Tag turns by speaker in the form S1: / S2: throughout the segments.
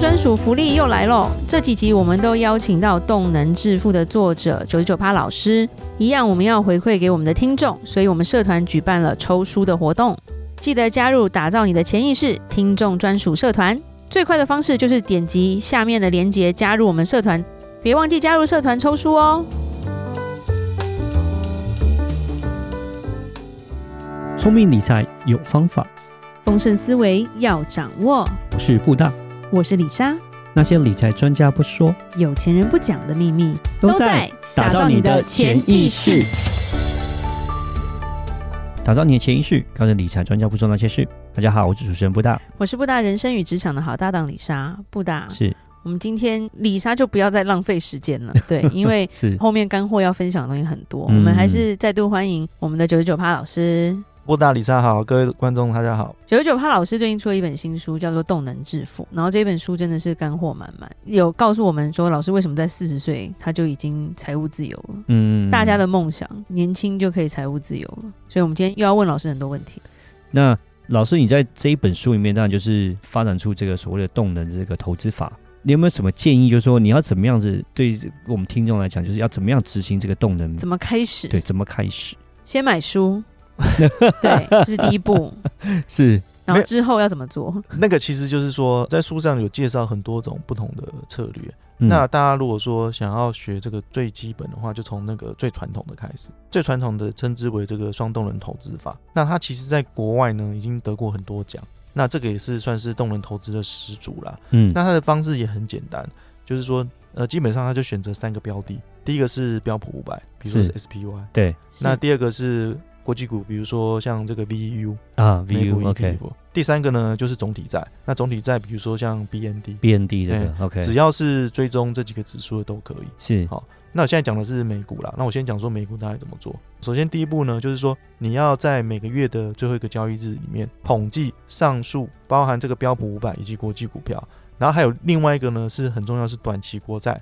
S1: 专属福利又来喽！这几集我们都邀请到《动能致富》的作者九十九趴老师，一样我们要回馈给我们的听众，所以我们社团举办了抽书的活动，记得加入打造你的潜意识听众专属社团。最快的方式就是点击下面的链接加入我们社团，别忘记加入社团抽书哦。
S2: 聪明理财有方法，
S1: 丰盛思维要掌握。
S2: 我是布大。
S1: 我是李莎，
S2: 那些理财专家不说，
S1: 有钱人不讲的秘密
S2: 打造你的潜意识。，打造你的潜意识，告诉理财专家不说那些事。大家好，我是主持人布大，
S1: 我是布达人生与职场的好搭档李莎。布达，
S2: 是
S1: 我们今天李莎就不要再浪费时间 了，对，因为
S2: 是，
S1: 后面干货要分享的东西很多，
S2: 嗯
S1: 我们还是再度欢迎我们的九十九趴老师。
S3: 布大李莎好，各位观众大家好。
S1: 九十九趴老师最近出了一本新书，叫做《动能致富》，然后这本书真的是干货满满，有告诉我们说，老师为什么在四十岁他就已经财务自由了。
S2: 嗯
S1: 大家的梦想，年轻就可以财务自由了，所以我们今天又要问老师很多问题。
S2: 那老师，你在这一本书里面，当然就是发展出这个所谓的动能这个投资法。你有没有什么建议？就是说你要怎么样子对我们听众来讲，就是要怎么样执行这个动能？
S1: 怎么开始？
S2: 嗯对，怎么开始？
S1: 先买 书，对，这是第一步。
S2: 是，
S1: 然后之后要怎么做？
S3: 那个其实就是说，在书上有介绍很多种不同的策略。
S2: 嗯
S3: 那大家如果说想要学这个最基本的话，就从那个最传统的开始。最传统的称之为这个双动能投资法。那它其实在国外呢已经得过很多奖，那这个也是算是动能投资的始祖啦。
S2: 嗯
S3: 那它的方式也很简单，就是说，呃，基本上它就选择三个标的，第一个是标普五百，比如说是 SPY，
S2: 对
S3: 那
S1: 是
S3: 第二个是国际股，比如说像这个 VU。
S2: 啊
S3: 美股
S2: ，VU OK
S3: ETF。第三个呢，就是总体债。那总体债，比如说像 BND，
S2: BND 这个 OK
S3: 只要是追踪这几个指数的都可以。
S2: 是
S3: 好那我现在讲的是美股啦，那我先讲说美股大概怎么做。首先第一步呢，就是说你要在每个月的最后一个交易日里面统计上述包含这个标普五百以及国际股票，然后还有另外一个呢是很重要是短期国债，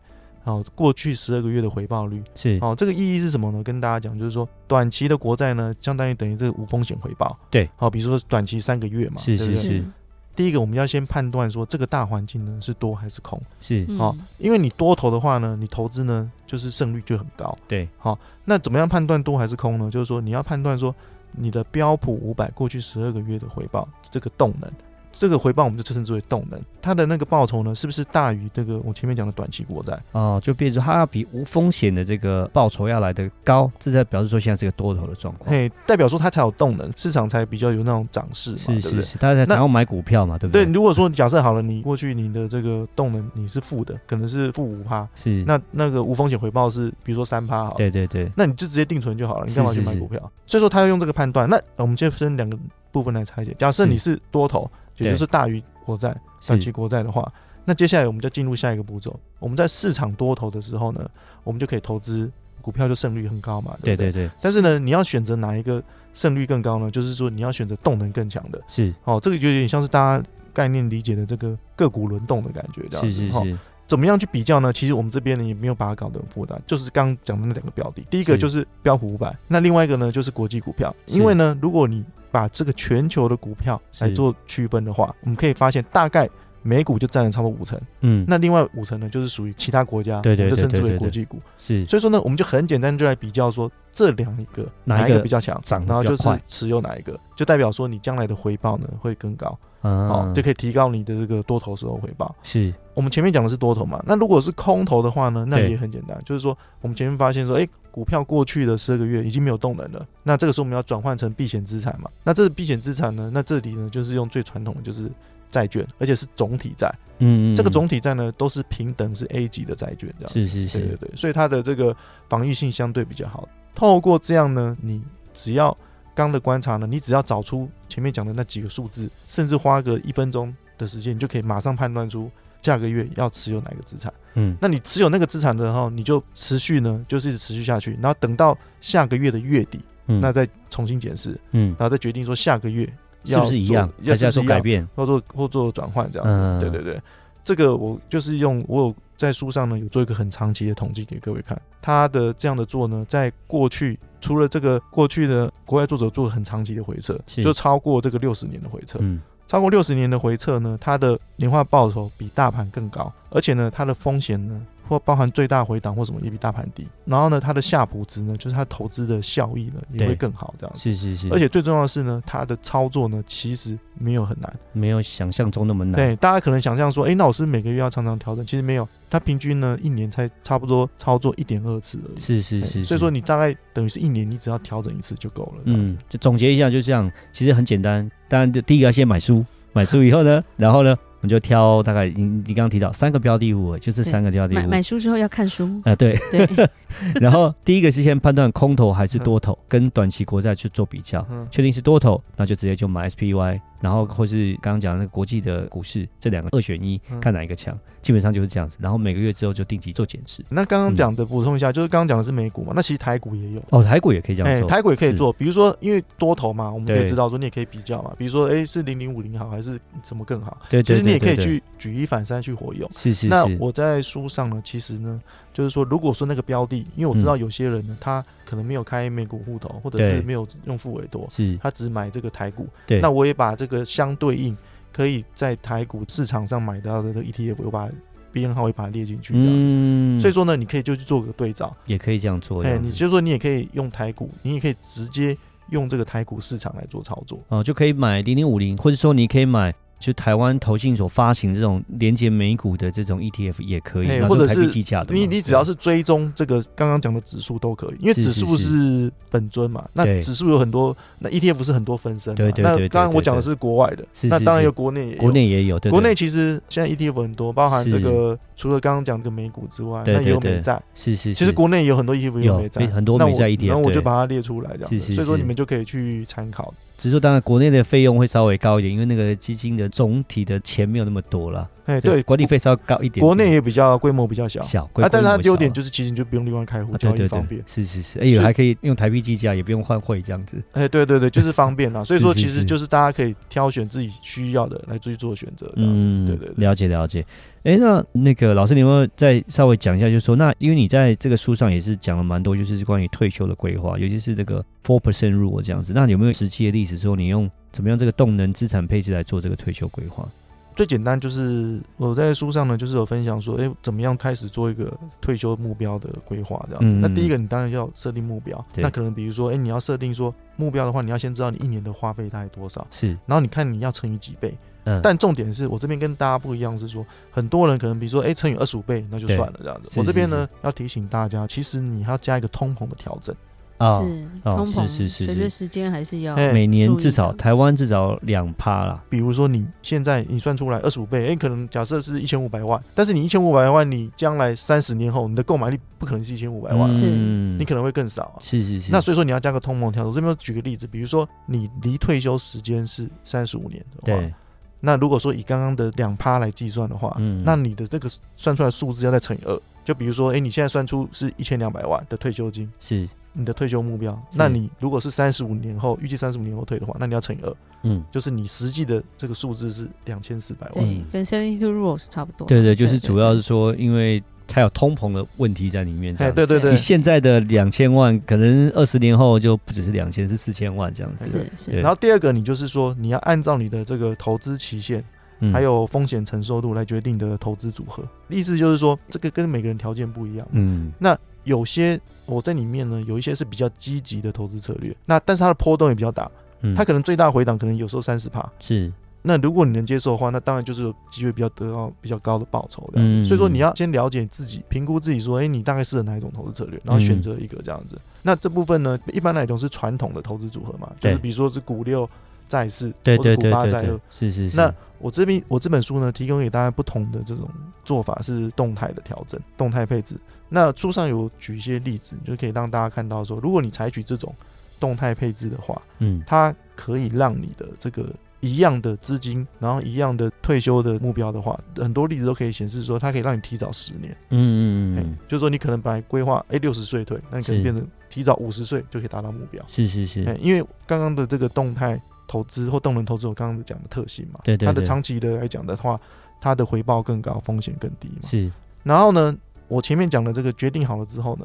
S3: 然后过去十二个月的回报率。
S2: 是
S3: 哦，这个意义是什么呢？跟大家讲，就是说短期的国债呢，相当于等于这个无风险回报。
S2: 对，
S3: 好、比如说短期三个月嘛，
S2: 是
S3: 对不对
S2: 是是
S3: 第一个，我们要先判断说这个大环境呢是多还是空。
S2: 是
S1: 嗯
S3: 好因为你多头的话呢，你投资呢就是胜率就很高。
S2: 对，
S3: 好、那怎么样判断多还是空呢？就是说你要判断说你的标普五百过去十二个月的回报，这个动能，这个回报我们就称之为动能，它的那个报酬呢是不是大于这个我前面讲的短期国债？
S2: 哦，就变成它要比无风险的这个报酬要来的高，这在表示说现在这个多头的状况。
S3: 嘿，代表说它才有动能，市场才比较有那种涨势嘛，
S2: 是
S3: 对不
S2: 是
S3: 对？
S2: 是，大家才
S3: 那
S2: 想要买股票嘛，对不
S3: 对，
S2: 对？
S3: 如果说假设好了，你过去你的这个动能你是负的，可能是负五趴，
S2: 是，
S3: 那那个无风险回报是比如说三趴好了，
S2: 嗯对对对，
S3: 那你就直接定存就好了，你干嘛去
S2: 是是
S3: 买
S2: 是
S3: 股票？所以说他要用这个判断。那我们就分两个部分来拆解。假设你是多头，
S2: 对
S3: 也就是大于国债、短期
S2: 是
S3: 国债的话，那接下来我们就进入下一个步骤。我们在市场多头的时候呢，我们就可以投资股票，就胜率很高嘛，
S2: 对
S3: 不对
S2: 对对
S3: 但是呢，你要选择哪一个胜率更高呢？就是说你要选择动能更强的。
S2: 是
S3: 哦，这个就有点像是大家概念理解的这个个股轮动的感觉，这样
S2: 是
S3: 子
S2: 是
S3: 哦
S2: 是，
S3: 怎么样去比较呢？其实我们这边呢也没有把它搞得很复杂，就是刚刚讲的那两个标的，第一个
S2: 是
S3: 就是标普五百，那另外一个呢就是国际股票。
S2: 是
S3: 因为呢，如果你把这个全球的股票来
S2: 是
S3: 做区分的话，我们可以发现大概美股就占了差不多五成，
S2: 嗯，
S3: 那另外五成呢就是属于其他国家，
S2: 对对
S3: 我们就
S2: 对
S3: 称之
S2: 对
S3: 为
S2: 对
S3: 国际股。
S2: 是
S3: 所以说呢，我们就很简单就来比较说这两个
S2: 哪一
S3: 一个
S2: 个
S3: 比较强，
S2: 涨得
S3: 然后
S2: 比较
S3: 就是
S2: 快
S3: 持有哪一个，就代表说你将来的回报呢会更高，哦
S2: 啊，，
S3: 就可以提高你的这个多头时候回报。
S2: 是
S3: 我们前面讲的是多头嘛，那如果是空头的话呢，那
S2: 对
S3: 也很简单，就是说我们前面发现说，哎、股票过去的十二个月已经没有动能了，那这个时候我们要转换成避险资产嘛，那这是避险资产呢，那这里呢就是用最传统的就是债券，而且是总体债，
S2: 嗯，嗯
S3: 这个
S2: 嗯
S3: 总体债呢都是平等是 A 级的债券这样子，
S2: 是是
S3: 对对
S2: 是
S3: 对，所以它的这个防御性相对比较好。透过这样呢，你只要刚的观察呢，你只要找出前面讲的那几个数字，甚至花个一分钟的时间，你就可以马上判断出下个月要持有哪个资产。
S2: 嗯
S3: 那你持有那个资产的话，你就持续呢，就是一直持续下去，然后等到下个月的月底，
S2: 嗯
S3: 那再重新检视，
S2: 嗯
S3: 然后再决定说下个月
S2: 是
S3: 要
S2: 不是一
S3: 做
S2: 样？
S3: 要
S2: 还
S3: 是
S2: 是要
S3: 不是
S2: 做
S3: 一
S2: 改
S3: 样，
S2: 变？
S3: 或做或做转换这样子。
S2: 嗯，
S3: 对对对，这个我就是用我有在书上呢有做一个很长期的统计给各位看，他的这样的做呢，在过去除了这个过去的国外作者做很长期的回撤，
S2: 是
S3: 就超过这个六十年的回撤，
S2: 嗯
S3: 超过六十年的回撤呢，它的年化报酬比大盘更高，而且呢，它的风险呢，或包含最大回档或什么也比大盘低。然后呢，它的夏普值呢，就是它投资的效益呢也
S2: 对
S3: 会更好这样子。
S2: 是是是，
S3: 而且最重要的是呢，它的操作呢其实没有很难。
S2: 没有想象中那么难。
S3: 对，大家可能想象说，诶，那我是每个月要常常调整，其实没有，它平均呢一年才差不多操作一点二次而已。
S2: 是是
S3: 对
S2: 是，
S3: 所以说
S2: 是
S3: 你大概等于是一年，你只要调整一次就够了。嗯，
S2: 嗯，就总结一下，就这样，其实很简单。当然，第一个要先买 书，买书以后呢，然后呢，我们就挑大概你你刚刚提到三个标的物，就这三个标的
S1: 买
S2: 物
S1: 买。书之后要看 书，
S2: 啊， 对，
S1: 对，
S2: 然后第一个是先判断空头还是多头，跟短期国债去做比较，
S3: 嗯
S2: 确定是多头，那就直接就买 SPY，然后或是刚刚讲的那个国际的股市，这两个二选一，
S3: 嗯
S2: 看哪一个强，基本上就是这样子。然后每个月之后就定期做检视。
S3: 那刚刚讲的补充一下，就是刚刚讲的是美股嘛，那其实台股也有。
S2: 哦，台股也可以这样
S3: 哎，
S2: 做，
S3: 台股也可以
S2: 是
S3: 做，比如说，因为多头嘛，我们可以
S2: 对
S3: 知道说，你也可以比较嘛，比如说，哎，是零零五零好还是什么更好？
S2: 对
S3: 其
S2: 对
S3: 实你
S2: 对
S3: 也可
S2: 对
S3: 以
S2: 对，
S3: 去举一反三去活用。
S2: 是是
S3: 那
S2: 是，
S3: 我在书上呢，其实呢，就是说，如果说那个标的，因为我知道有些人呢，他可能没有开美股户头，或者
S2: 嗯对
S3: 是没有用付委托，
S2: 是
S3: 他只买这个台股，
S2: 对
S3: 那我也把这个相对应可以在台股市场上买到的这个 ETF，我把编号也把它列进去这样子。
S2: 嗯，
S3: 所以说呢，你可以就去做个对照，
S2: 也可以这样做，这
S3: 哎，
S2: 样
S3: 你
S2: 子
S3: 就说你也可以用台股，你也可以直接用这个台股市场来做操作。
S2: 哦，就可以买零零五零，或者说你可以买就台湾投信所发行这种连接美股的这种 ETF 也可以，
S3: 嘿
S2: 那
S3: 哎或者
S2: 台币
S3: 是
S2: 计价的嘛，
S3: 你你
S2: 啊
S3: 只
S2: 对
S3: 要是追踪这个刚刚讲的指数都可以，因为
S2: 是
S3: 指
S2: 是
S3: 数
S2: 是
S3: 是本尊嘛，那
S2: 对
S3: 指数有很多，那 ETF 是很多分身嘛，
S2: 对对对对
S3: 那当然
S2: 对
S3: 我讲的
S2: 对
S3: 是国外的，
S2: 是
S3: 那
S2: 是
S3: 当然
S2: 是
S3: 有国内也有
S2: 国内也有，对
S3: 国
S2: 对
S3: 内其实现在 ETF 很多，包含这个除了刚刚讲的美股之外，
S2: 对
S3: 那也有
S2: 对对
S3: 美债，
S2: 是是，
S3: 其实
S2: 是
S3: 国内也有很多 ETF 也
S2: 有
S3: 美债，
S2: 很多
S3: 那
S2: 美
S3: 我
S2: 债 ETF
S3: 然后我就
S2: 对
S3: 把它列出来这样
S2: 是
S3: 子，
S2: 是
S3: 所以说
S2: 是
S3: 你们就可以去参考。
S2: 只是说当然国内的费用会稍微高一点，因为那个基金的总体的钱没有那么多了，
S3: 哎，
S2: 所以
S3: 对，
S2: 管理费稍微高一点点，
S3: 国内也比较规模比较小，
S2: 小，规
S3: 啊，但是它
S2: 规模
S3: 的优点
S2: 小
S3: 就是其实你就不用另外开户，
S2: 啊，
S3: 交
S2: 对
S3: 易
S2: 对
S3: 方便
S2: 对，。是是是，哎，有
S3: 是
S2: 还可以用台币计价，也不用换汇这样子，
S3: 哎，对对对，就是方便啦。所以说，
S2: 是是
S3: 其实
S2: 是
S3: 就是大家可以挑选自己需要的来去做选择。嗯，
S2: 嗯，
S3: 对对对
S2: 了解了解。哎，那那个老师，你有没有再稍微讲一下？就是说，那因为你在这个书上也是讲了蛮多，就是关于退休的规划，尤其是这
S3: 嗯
S2: 个 four percent rule 这样子。那你有没有实际的例子说，你用怎么样这个动能资产配置来做这个退休规划？
S3: 最简单就是我在书上呢，就是有分享说，哎，怎么样开始做一个退休目标的规划这样子。
S2: 嗯
S3: 那第一个，你当然要设定目标。
S2: 对
S3: 那可能比如说，哎，你要设定说目标的话，你要先知道你一年的花费大概多少，
S2: 是，
S3: 然后你看你要乘以几倍。
S2: 嗯，
S3: 但重点是我这边跟大家不一样，是说很多人可能比如说，哎，乘以二十五倍那就
S2: 对
S3: 算了这样子。
S2: 是
S3: 我这边
S2: 是
S3: 呢要提醒大家，其实你还要加一个通膨的调整。
S2: 啊，
S1: 是
S2: 哦
S1: 通
S2: 是
S1: 膨，
S2: 是是
S1: 随
S2: 是
S1: 着时间还是要
S3: 哎
S2: 每年至
S1: 注
S2: 少
S1: 意
S2: 台湾至少两趴啦，
S3: 比如说你现在你算出来二十五倍，哎、可能假设是一千五百万，但是你一千五百万，你将来三十年后你的购买力不可能是一千五百万，
S1: 是
S2: 嗯
S3: 你可能会更少、啊。
S2: 是是是，
S3: 那所以说你要加个通膨调整。我这边举个例子，比如说你离退休时间是三十五年的话，
S2: 对，
S3: 那如果说以刚刚的两趴来计算的话，
S2: 嗯
S3: 那你的这个算出来的数字要再乘以二。就比如说，哎、你现在算出是一千两百万的退休金，
S2: 是，
S3: 你的退休目标，
S2: 是
S3: 那你如果是三十五年后预计三十五年后退的话，那你要乘以二，
S2: 嗯，
S3: 就是你实际的这个数字是两千四百万。
S1: 对
S2: 嗯，
S1: 跟 seventy two rules 差不多。
S2: 对对，就是主要
S1: 对
S2: 是说，因为它有通膨的问题在里面，这
S3: 哎，
S2: 样
S3: 对对对
S2: 你，现在的两千万，可能二十年后就不只是两千，是四千万这样子。
S1: 是是
S2: 对
S3: 然后第二个，你就是说你要按照你的这个投资期限，
S2: 嗯
S3: 还，有风险承受度来决定你的投资组合。意思就是说，这个跟每个人条件不一样。
S2: 嗯，
S3: 有些我在里面呢，有一些是比较积极的投资策略，那但是它的波动也比较大，
S2: 嗯
S3: 它可能最大回档可能啊有时候三十帕。
S2: 是
S3: 那如果你能接受的话，那当然就是有机会比较得到比较高的报酬这样子。
S2: 嗯
S3: 所以说你要先了解自己，评估自己说，哎、你大概适合哪一种投资策略，
S2: 嗯
S3: 然后选择一个这样子。那这部分呢，一般来讲是传统的投资组合嘛，就
S2: 对
S3: 是比如说是股六债四，
S2: 对
S3: 或是
S2: 对
S3: 股
S2: 对
S3: 八
S2: 对
S3: 债
S2: 对
S3: 二。，
S2: 是是是。
S3: 那我这边我这本书呢，提供给大家不同的这种做法是动态的调整、动态配置。那书上有举一些例子，就可以让大家看到说，如果你采取这种动态配置的话，
S2: 嗯
S3: 它可以让你的这个一样的资金，然后一样的退休的目标的话，很多例子都可以显示说，它可以让你提早十年。
S2: 嗯嗯
S3: 哎
S2: 嗯，
S3: 就是说你可能本来规划哎六十岁退，那你可
S2: 是
S3: 能变成提早五十岁就可以达到目标。
S2: 是是是
S3: 哎，因为刚刚的这个动态投资或动能投资，我刚刚讲的特性嘛，
S2: 对对
S3: 它的
S2: 对
S3: 长期的来讲的话，它的回报更高，风险更低嘛。
S2: 是，
S3: 然后呢，我前面讲的这个决定好了之后呢，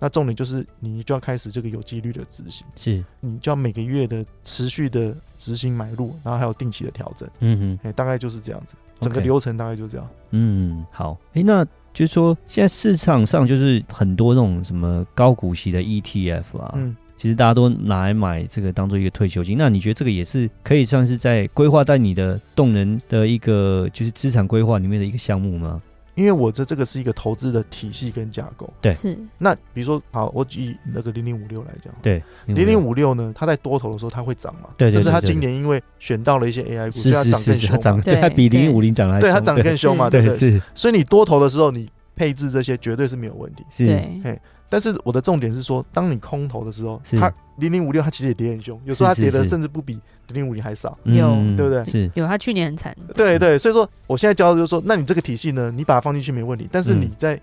S3: 那重点就是你就要开始这个有纪律的执行，
S2: 是，
S3: 你就要每个月的持续的执行买入，然后还有定期的调整，
S2: 嗯
S3: 哎、大概就是这样子，整个
S2: OK
S3: 流程大概就这样。
S2: 哼，嗯，好，哎，那就是说现在市场上就是很多那种什么高股息的 E ETF 啦，
S3: 嗯，
S2: 啊其实大家都拿来买这个当做一个退休金。那你觉得这个也是可以算是在规划在你的动能的一个就是资产规划里面的一个项目吗？
S3: 因为我这这个是一个投资的体系跟架构。
S2: 对
S1: 是
S3: 那比如说，好，我以那个零零五六来讲，
S2: 对，
S3: 零零五六呢，它在多头的时候它会涨嘛，
S2: 对对
S3: 甚至它
S2: 对对
S3: 今年因为选到了一些 AI 股，
S2: 是
S3: 所以它
S2: 是
S3: 涨
S2: 是
S3: 更
S2: 是，
S3: 凶
S2: 它
S3: 嘛，
S2: 涨，对，
S1: 对
S2: 它比零零五零涨得还
S3: 对它
S2: 凶
S3: 涨更凶嘛，
S2: 对
S3: 不对？
S2: 是，
S3: 所以你多头的时候，你配置这些绝对是没有问题。
S2: 是，
S1: 对
S3: 嘿但是我的重点是说，当你空头的时候
S2: 是，
S3: 它零零五六它其实也跌很凶，有时候它
S2: 是是
S3: 跌的
S2: 是
S3: 甚至不比零零五零还少。
S1: 有
S3: 对不对
S2: 嗯是，
S1: 有他去年很惨，
S3: 对对，所以说我现在教的就是说，那你这个体系呢，你把它放进去没问题，但是
S2: 嗯
S3: 你在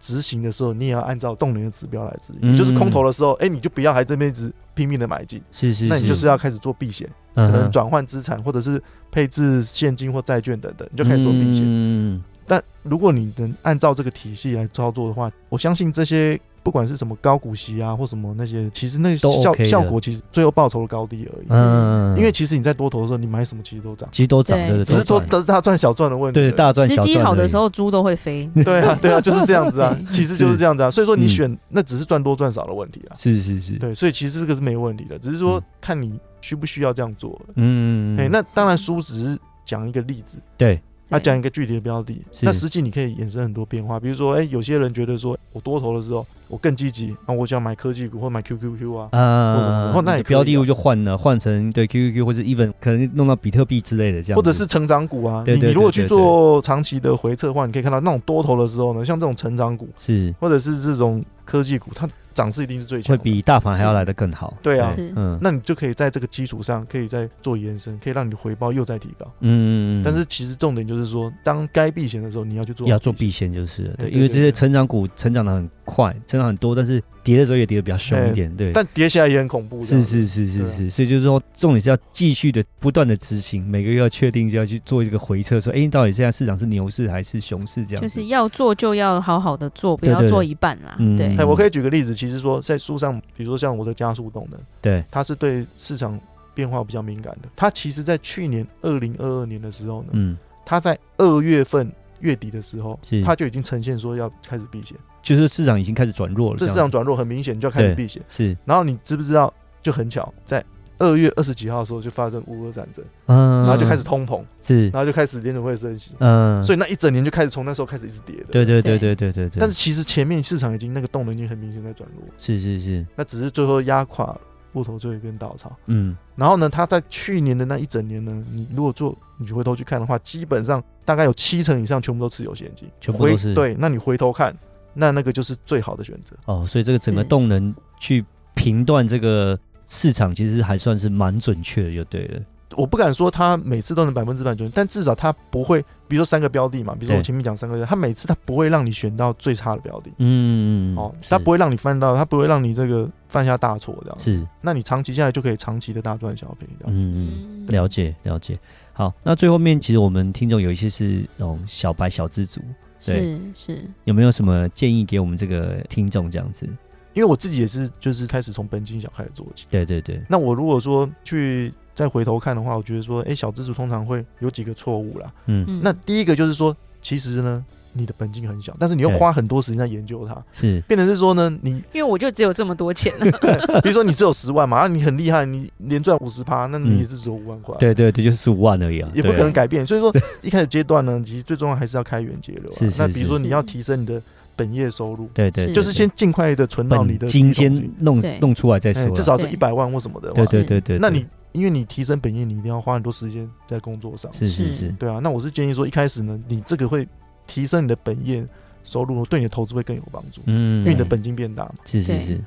S3: 执行的时候，你也要按照动能的指标来执行。
S2: 嗯
S3: 你就是空头的时候，哎，你就不要还这边一直拼命的买进，
S2: 是是，嗯
S3: 那你就是要开始做避险，
S2: 可
S3: 可能转换资产或者是配置现金或债券等等，你就开始做避险。
S2: 嗯，
S3: 但如果你能按照这个体系来操作的话，我相信这些不管是什么高股息啊或什么那些，其实那
S2: 都
S3: 效
S2: OK 的
S3: 效果其实最后报酬的高低而已。
S2: 嗯，
S3: 因为其实你在多头的时候，你买什么其实都涨，
S2: 其实都涨
S1: 对
S2: 的，
S3: 只是说
S2: 都涨
S3: 都是大赚小赚的问题而已。
S2: 对大赚
S1: 时
S2: 小
S1: 机
S2: 赚
S1: 好
S2: 而
S1: 的
S2: 已
S1: 时，候猪都会飞，，
S3: 对啊，对啊，就是这样子啊其实就是这样子啊。所以说你
S2: 嗯
S3: 选那只是赚多赚少的问题啊。
S2: 是是是，
S3: 对，所以其实这个是没问题的，只是说
S2: 嗯
S3: 看你需不需要这样做。
S2: 嗯，
S3: 哎，那当然书只是讲一个例子，
S2: 对
S3: 他
S1: 对
S3: 讲一个具体的标的，
S2: 是
S3: 那实际你可以衍生很多变化。比如说，哎，有些人觉得说我多头的时候我更积极，那我想买科技股或买 QQQ 啊，或什么
S2: 啊
S3: 然后那也可以
S2: 标的
S3: 啊
S2: 物就换了，换成对 QQQ 或者 even 可能弄到比特币之类的这样子，
S3: 或者是成长股啊。
S2: 对
S3: 你
S2: 对对
S3: 你如果去
S2: 对
S3: 做长期的回撤的话，你可以看到那种多头的时候呢，像这种成长股
S2: 是
S3: 或者是这种科技股，它涨势一定是最强
S2: 会
S3: 的。
S2: 比大盘还要来得更好。
S3: 对啊
S1: 是
S2: 嗯
S3: 那你就可以在这个基础上，可以再做延伸，可以让你的回报又再提高。
S2: 嗯，
S3: 但是其实重点就是说，当该避险的时候，你要去做哎
S2: 要做避险就是了对，
S3: 对
S2: 因为这
S3: 对
S2: 些
S3: 对
S2: 成长股成长的很快，成长很多，但是跌的时候也跌的比较凶一
S3: 哎
S2: 点，对。
S3: 但跌下来也很恐怖。这
S2: 是
S3: 样子
S2: 是是是
S3: 对啊
S2: 是，所以就是说，重点是要继续的不断的执行，每个月要确定就要去做一个回测，说，哎，到底现在市场是牛市还是熊市这样
S1: 就
S2: 子？
S1: 是要做就要好好的做，不
S2: 对
S1: 要
S2: 对
S1: 做
S2: 对
S1: 一半啦
S2: 嗯。
S1: 对
S3: 哎，我可以举个例子，其实说在书上，比如说像我的加速动能，
S2: 对，
S3: 它是对市场变化比较敏感的。它其实在去年二零二二年的时候呢，
S2: 嗯，
S3: 它在二月份月底的时候
S2: 是，
S3: 它就已经呈现说要开始避险，
S2: 就是市场已经开始转弱了，
S3: 这市
S2: 样
S3: 场
S2: 子
S3: 转弱很明显，你就要开
S2: 对
S3: 始避险。
S2: 是，
S3: 然后你知不知道，就很巧，在二月二十几号的时候就发生乌俄战争，
S2: 嗯，
S3: 然后就开始通膨。
S2: 是，
S3: 然后就开始联准会升息，
S2: 嗯，
S3: 所以那一整年就开始从那时候开始一直跌的。
S2: 对对对对
S1: 对
S2: 对对对，
S3: 但是其实前面市场已经那个动能已经很明显在转弱，
S2: 是是是，
S3: 那只是最后压垮骆驼最后一根稻草。
S2: 嗯，
S3: 然后呢，它在去年的那一整年呢，你如果做你回头去看的话，基本上大概有七成以上全部都持有现金，
S2: 全部
S3: 回
S2: 都是
S3: 对。那你回头看，那那个就是最好的选择。
S2: 哦，所以这个整个
S1: 是
S2: 动能去评断这个市场，其实还算是蛮准确的，就对了。
S3: 我不敢说它每次都能百分之百准，但至少它不会，比如说三个标的嘛，比如说
S2: 对
S3: 我前面讲三个，它每次它不会让你选到最差的标的。
S2: 嗯，
S3: 哦，
S2: 是
S3: 它不会让你犯到，它不会让你这个犯下大错这样。
S2: 是，
S3: 那你长期下来就可以长期的大赚小赔这样。
S2: 嗯嗯，了解了解。好，那最后面其实我们听众有一些是那种小白小资族，对
S1: 是是，
S2: 有没有什么建议给我们这个听众这样子？
S3: 因为我自己也是，就是开始从本金小开始做起。
S2: 对对对，
S3: 那我如果说去再回头看的话，我觉得说，哎、小资主通常会有几个错误啦。
S2: 嗯，
S1: 嗯
S3: 那第一个就是说，其实呢，你的本金很小，但是你又
S2: 对
S3: 花很多时间在研究它，
S2: 是
S3: 变成是说呢，你
S1: 因为我就只有这么多钱了，
S3: 比如说你只有十万嘛，啊，你很厉害，你连赚五十趴，那
S2: 嗯
S3: 你也是只有五万块。
S2: 对对对，就是十五万而已啊，
S3: 也不
S2: 对
S3: 可能改变。所以说，一开始阶段呢，其实最重要还是要开源节流、啊。
S2: 是是
S3: 那比
S2: 是
S3: 如说
S1: 是
S3: 你要提升你的本业收入，
S2: 对对，对
S3: 就是先尽快的存到你
S2: 本
S3: 的
S2: 金
S3: 第一桶
S2: 先
S3: 金
S2: 弄
S1: 对
S2: 弄出来再说
S3: 哎
S2: 啦，
S3: 至少是
S1: 对
S3: 一百万或什么的话。
S2: 对对
S1: 是
S2: 对对，
S3: 那
S2: 对
S3: 你因为你提升本业，你一定要花很多时间在工作上。
S2: 是是
S1: 是
S2: 是，
S3: 对啊，那我是建议说，一开始呢，你这个会提升你的本业收入，对你的投资会更有帮助，
S2: 嗯
S3: 因为你的本金变大嘛。
S2: 是是
S1: 对
S2: 是，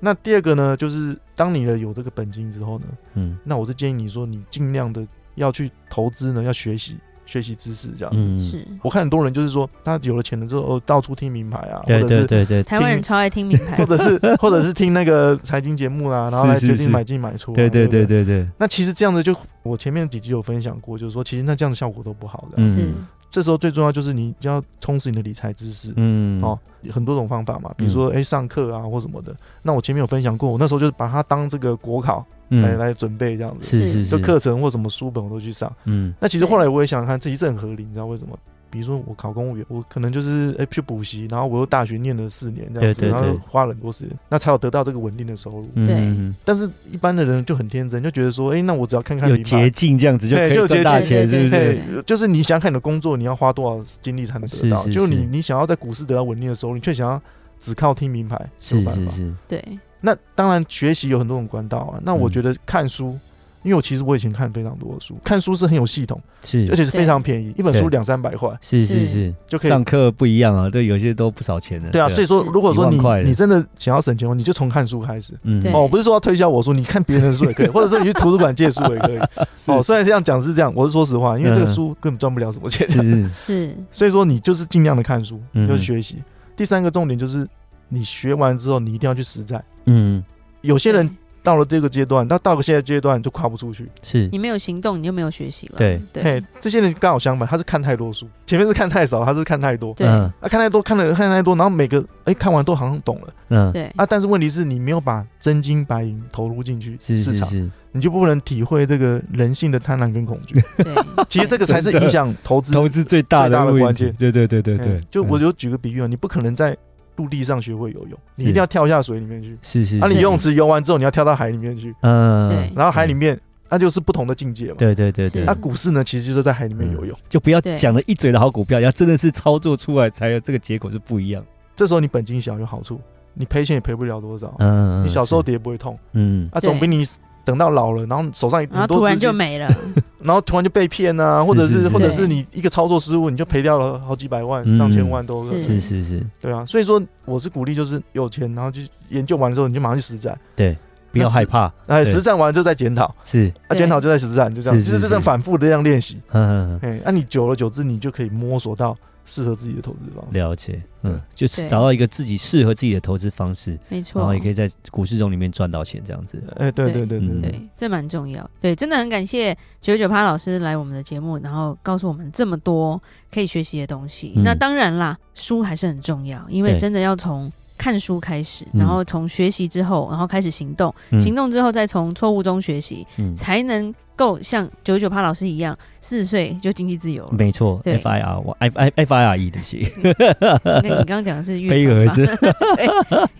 S3: 那第二个呢，就是当你的有这个本金之后呢，
S2: 嗯
S3: 那我是建议你说，你尽量的要去投资呢，要学习学习知识这样。
S2: 嗯，
S1: 是
S3: 我看很多人就是说，他有了钱了之后，哦到处听名牌啊，或
S2: 对
S3: 者
S2: 对
S3: 是
S2: 对对
S1: 台湾人超爱听名牌
S3: 或，者是或者是听那个财经节目啦，然后
S2: 是
S3: 来
S2: 是
S3: 决
S2: 是
S3: 定买进买出啊、
S2: 对对
S3: 不
S2: 对对对，
S3: 那其实这样子就，我前面几集有分享过，就是说，其实那这样的效果都不好的。
S2: 嗯
S1: 是
S3: 这时候最重要就是你要充实你的理财知识，
S2: 嗯，
S3: 哦很多种方法嘛，比如说哎、诶上课啊或什么的。那我前面有分享过，我那时候就是把它当这个国考
S2: 嗯，
S3: 来、来准备这样子，
S2: 是是，
S3: 就是课程或什么书本我都去上。
S2: 嗯
S3: 那其实后来我也想想看，这其实很合理，你知道为什么？比如说我考公务员，我可能就是哎、诶去补习，然后我又大学念了四年这样子，
S2: 对对
S3: 然后
S2: 对
S3: 花了很多时间，那才有得到这个稳定的收入。
S2: 嗯
S1: 对
S2: 嗯
S3: 但是一般的人就很天真，就觉得说，哎、那我只要看看
S2: 有
S3: 理
S2: 捷
S3: 财，
S2: 径这样子就可
S3: 对
S2: 以
S3: 就有
S2: 赚大
S1: 捷
S2: 钱，
S1: 径
S2: 是不
S1: 对
S2: 是？
S3: 嘿就是你想看你的工作，你要花多少精力才能得到？
S2: 是是
S3: 就是你你想要在股市得到稳定的收入，你却想要只靠听名牌，没
S2: 是
S3: 有办
S2: 是
S3: 法。
S2: 是，
S1: 对，
S3: 那当然，学习有很多种管道啊。那我
S2: 嗯
S3: 觉得看书，因为我其实我以前看非常多的书，看书是很有系统，
S2: 是
S3: 而且是非常便宜，一本
S2: 对
S3: 书两三百块
S2: 是是
S1: 是
S2: 是，
S3: 就可以。
S2: 上课不一样啊，对，有些都不少钱的。
S3: 对啊，所以说，
S1: 是
S3: 如果说
S2: 几
S3: 你
S2: 万块的
S3: 你真的想要省钱，你就从看书开始。
S2: 嗯
S1: 对
S3: 哦，我不是说要推销我说你看别人的书也可以，或者说你去图书馆借书也 可以。哦，虽然这样讲是这样，我是说实话，因为这个
S2: 嗯
S3: 书根本赚不了什么 钱，
S2: 是是
S1: 是
S3: 所以说你就是尽量的看书，
S2: 嗯
S3: 就是学习。第三个重点就是你学完之后，你一定要去实战。
S2: 嗯
S3: 有些人到了这个阶段，到到了现在阶段就跨不出去。
S2: 是嗯
S1: 你没有行动，你就没有学习了。
S2: 对
S1: 对
S3: 嘿，这些人刚好相反，他是看太多书，前面是看太少，他是看太多。
S1: 对
S2: 嗯
S3: 啊，看太多，看了看太多，然后每个哎、看完都好像懂了
S2: 嗯
S1: 对
S3: 啊，但是问题是你没有把真金白银投入进去
S2: 是
S3: 市
S2: 是
S3: 场，
S2: 是
S3: 你就不能体会这个人性的贪婪跟恐 惧。
S1: 对，
S3: 其实这个才是
S2: 真的
S3: 影响投资
S2: 投资最大
S3: 最大
S2: 的
S3: 的
S2: 问
S3: 关
S2: 题
S3: 键
S2: 对对对对对
S3: 嗯，就我
S2: 嗯
S3: 就举个比喻啊，你不可能在陆地上学会游泳，你一
S2: 是
S3: 定要跳下水里面去。
S2: 是是，
S3: 啊，你
S2: 是
S3: 游泳池游完之后，你要跳到海里面去，
S2: 嗯
S1: 对
S3: 然后海里面那就是不同的境界嘛。
S2: 对嗯对对对啊
S1: 是
S3: 那，股市呢，其实就是在海里面游泳。
S2: 就不要
S1: 对
S2: 讲了一嘴的好股票，要真的是操作出来才有这个结果是不一样。
S3: 这时候你本金小有好处，你赔钱也赔不了多少，
S2: 嗯，
S3: 你小时候
S2: 是
S3: 跌不会痛，
S2: 嗯
S3: 啊，总比你等到老了，然后手上
S1: 然后
S3: 很多
S1: 突然
S3: 资金
S1: 就，没 了。
S3: 然后突然就被骗啊，
S2: 是
S3: 或者
S2: 是是
S3: 是或者
S1: 对
S3: 是你一个操作失误，你就赔掉了好几百万
S2: 嗯、
S3: 上千万都有可能
S1: 是
S2: 是是是，
S3: 对啊，所以说我是鼓励，就是有钱，然后就研究完了之后，你就马上去实战，
S2: 不要
S3: 那是
S2: 害怕，
S3: 哎，
S2: 对
S3: 实战完就再检讨，
S2: 是
S3: 啊，
S1: 对
S3: 检讨就在实战，就这样，
S2: 是是
S3: 就是这样
S2: 是
S3: 反复的这样练习，
S2: 嗯。嗯嗯
S3: 哎，那你久而久之，你就可以摸索到适合自己的投资方法。
S2: 了解，嗯
S3: 对，
S2: 就是找到一个自己适合自己的投资方式，
S1: 没
S2: 然后
S1: 错
S2: 也，可以在股市中里面赚到钱，这样子。
S3: 哎，对
S1: 对
S3: 对对对
S2: 嗯
S3: 对，
S1: 对，这蛮重要的。对，真的很感谢九九趴老师来我们的节目，然后告诉我们这么多可以学习的东西。
S2: 嗯
S1: 那当然啦，书还是很重要，因为
S2: 对
S1: 真的要从看书开始，
S2: 嗯
S1: 然后从学习之后，然后开始行动，
S2: 嗯
S1: 行动之后再从错误中学习，
S2: 嗯，
S1: 才能够像九九趴老师一样，四十岁就经济自由了。
S2: 嗯没错
S1: 对
S2: ，F I R 我 F I F I R E 的起，
S1: 那你刚刚讲的是乐
S2: 飞
S1: 团
S2: 蛾
S1: 吧
S2: 是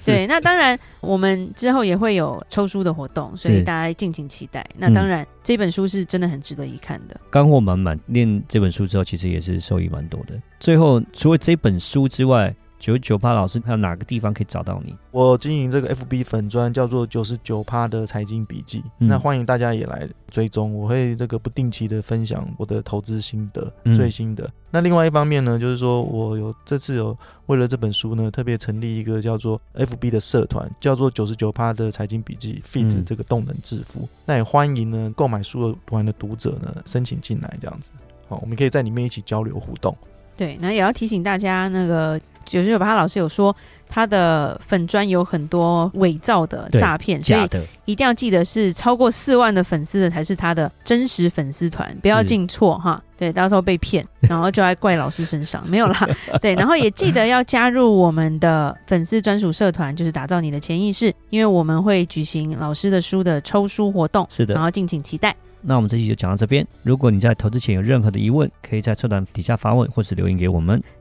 S1: 对，那当然，我们之后也会有抽书的活动，所以
S2: 是嗯
S1: 大家敬请期待。那当然，这本书是真的很值得一看的。
S2: 干货满满。念这本书之后，其实也是受益蛮多的。最后，除了这本书之外，九九八老师还有哪个地方可以找到你？
S3: 我经营这个 FB 粉砖叫做九十九趴的财经笔记，
S2: 嗯
S3: 那欢迎大家也来追踪，我会这个不定期的分享我的投资心得、
S2: 嗯
S3: 最新的。那另外一方面呢，就是说我有这次有为了这本书呢，特别成立一个叫做 FB 的社团，叫做九十九趴的财经笔记 Fit、
S2: 嗯
S3: 这个动能致富。那也欢迎呢购买书的读完的读者呢申请进来这样子，好，我们可以在里面一起交流互动。
S1: 对，那也要提醒大家，那个九九八老师有说，他的粉砖有很多伪造的
S2: 对
S1: 诈骗，所
S2: 假
S1: 以
S2: 的，
S1: 一定要记得是超过四万的粉丝的才是他的真实粉丝团，不要进错哈。对，到时候被骗，然后就来怪老师身上，没有 啦。对，然后也记得要加入我们的粉丝专属社团，就是打造你的潜意识，因为我们会举行老师的书的抽书活动，
S2: 是
S1: 然
S2: 的。
S1: 后敬请期待。
S2: 那我们这期就讲到这边。如果你在投资前有任何的疑问，可以在社团底下发问或是留言给我们。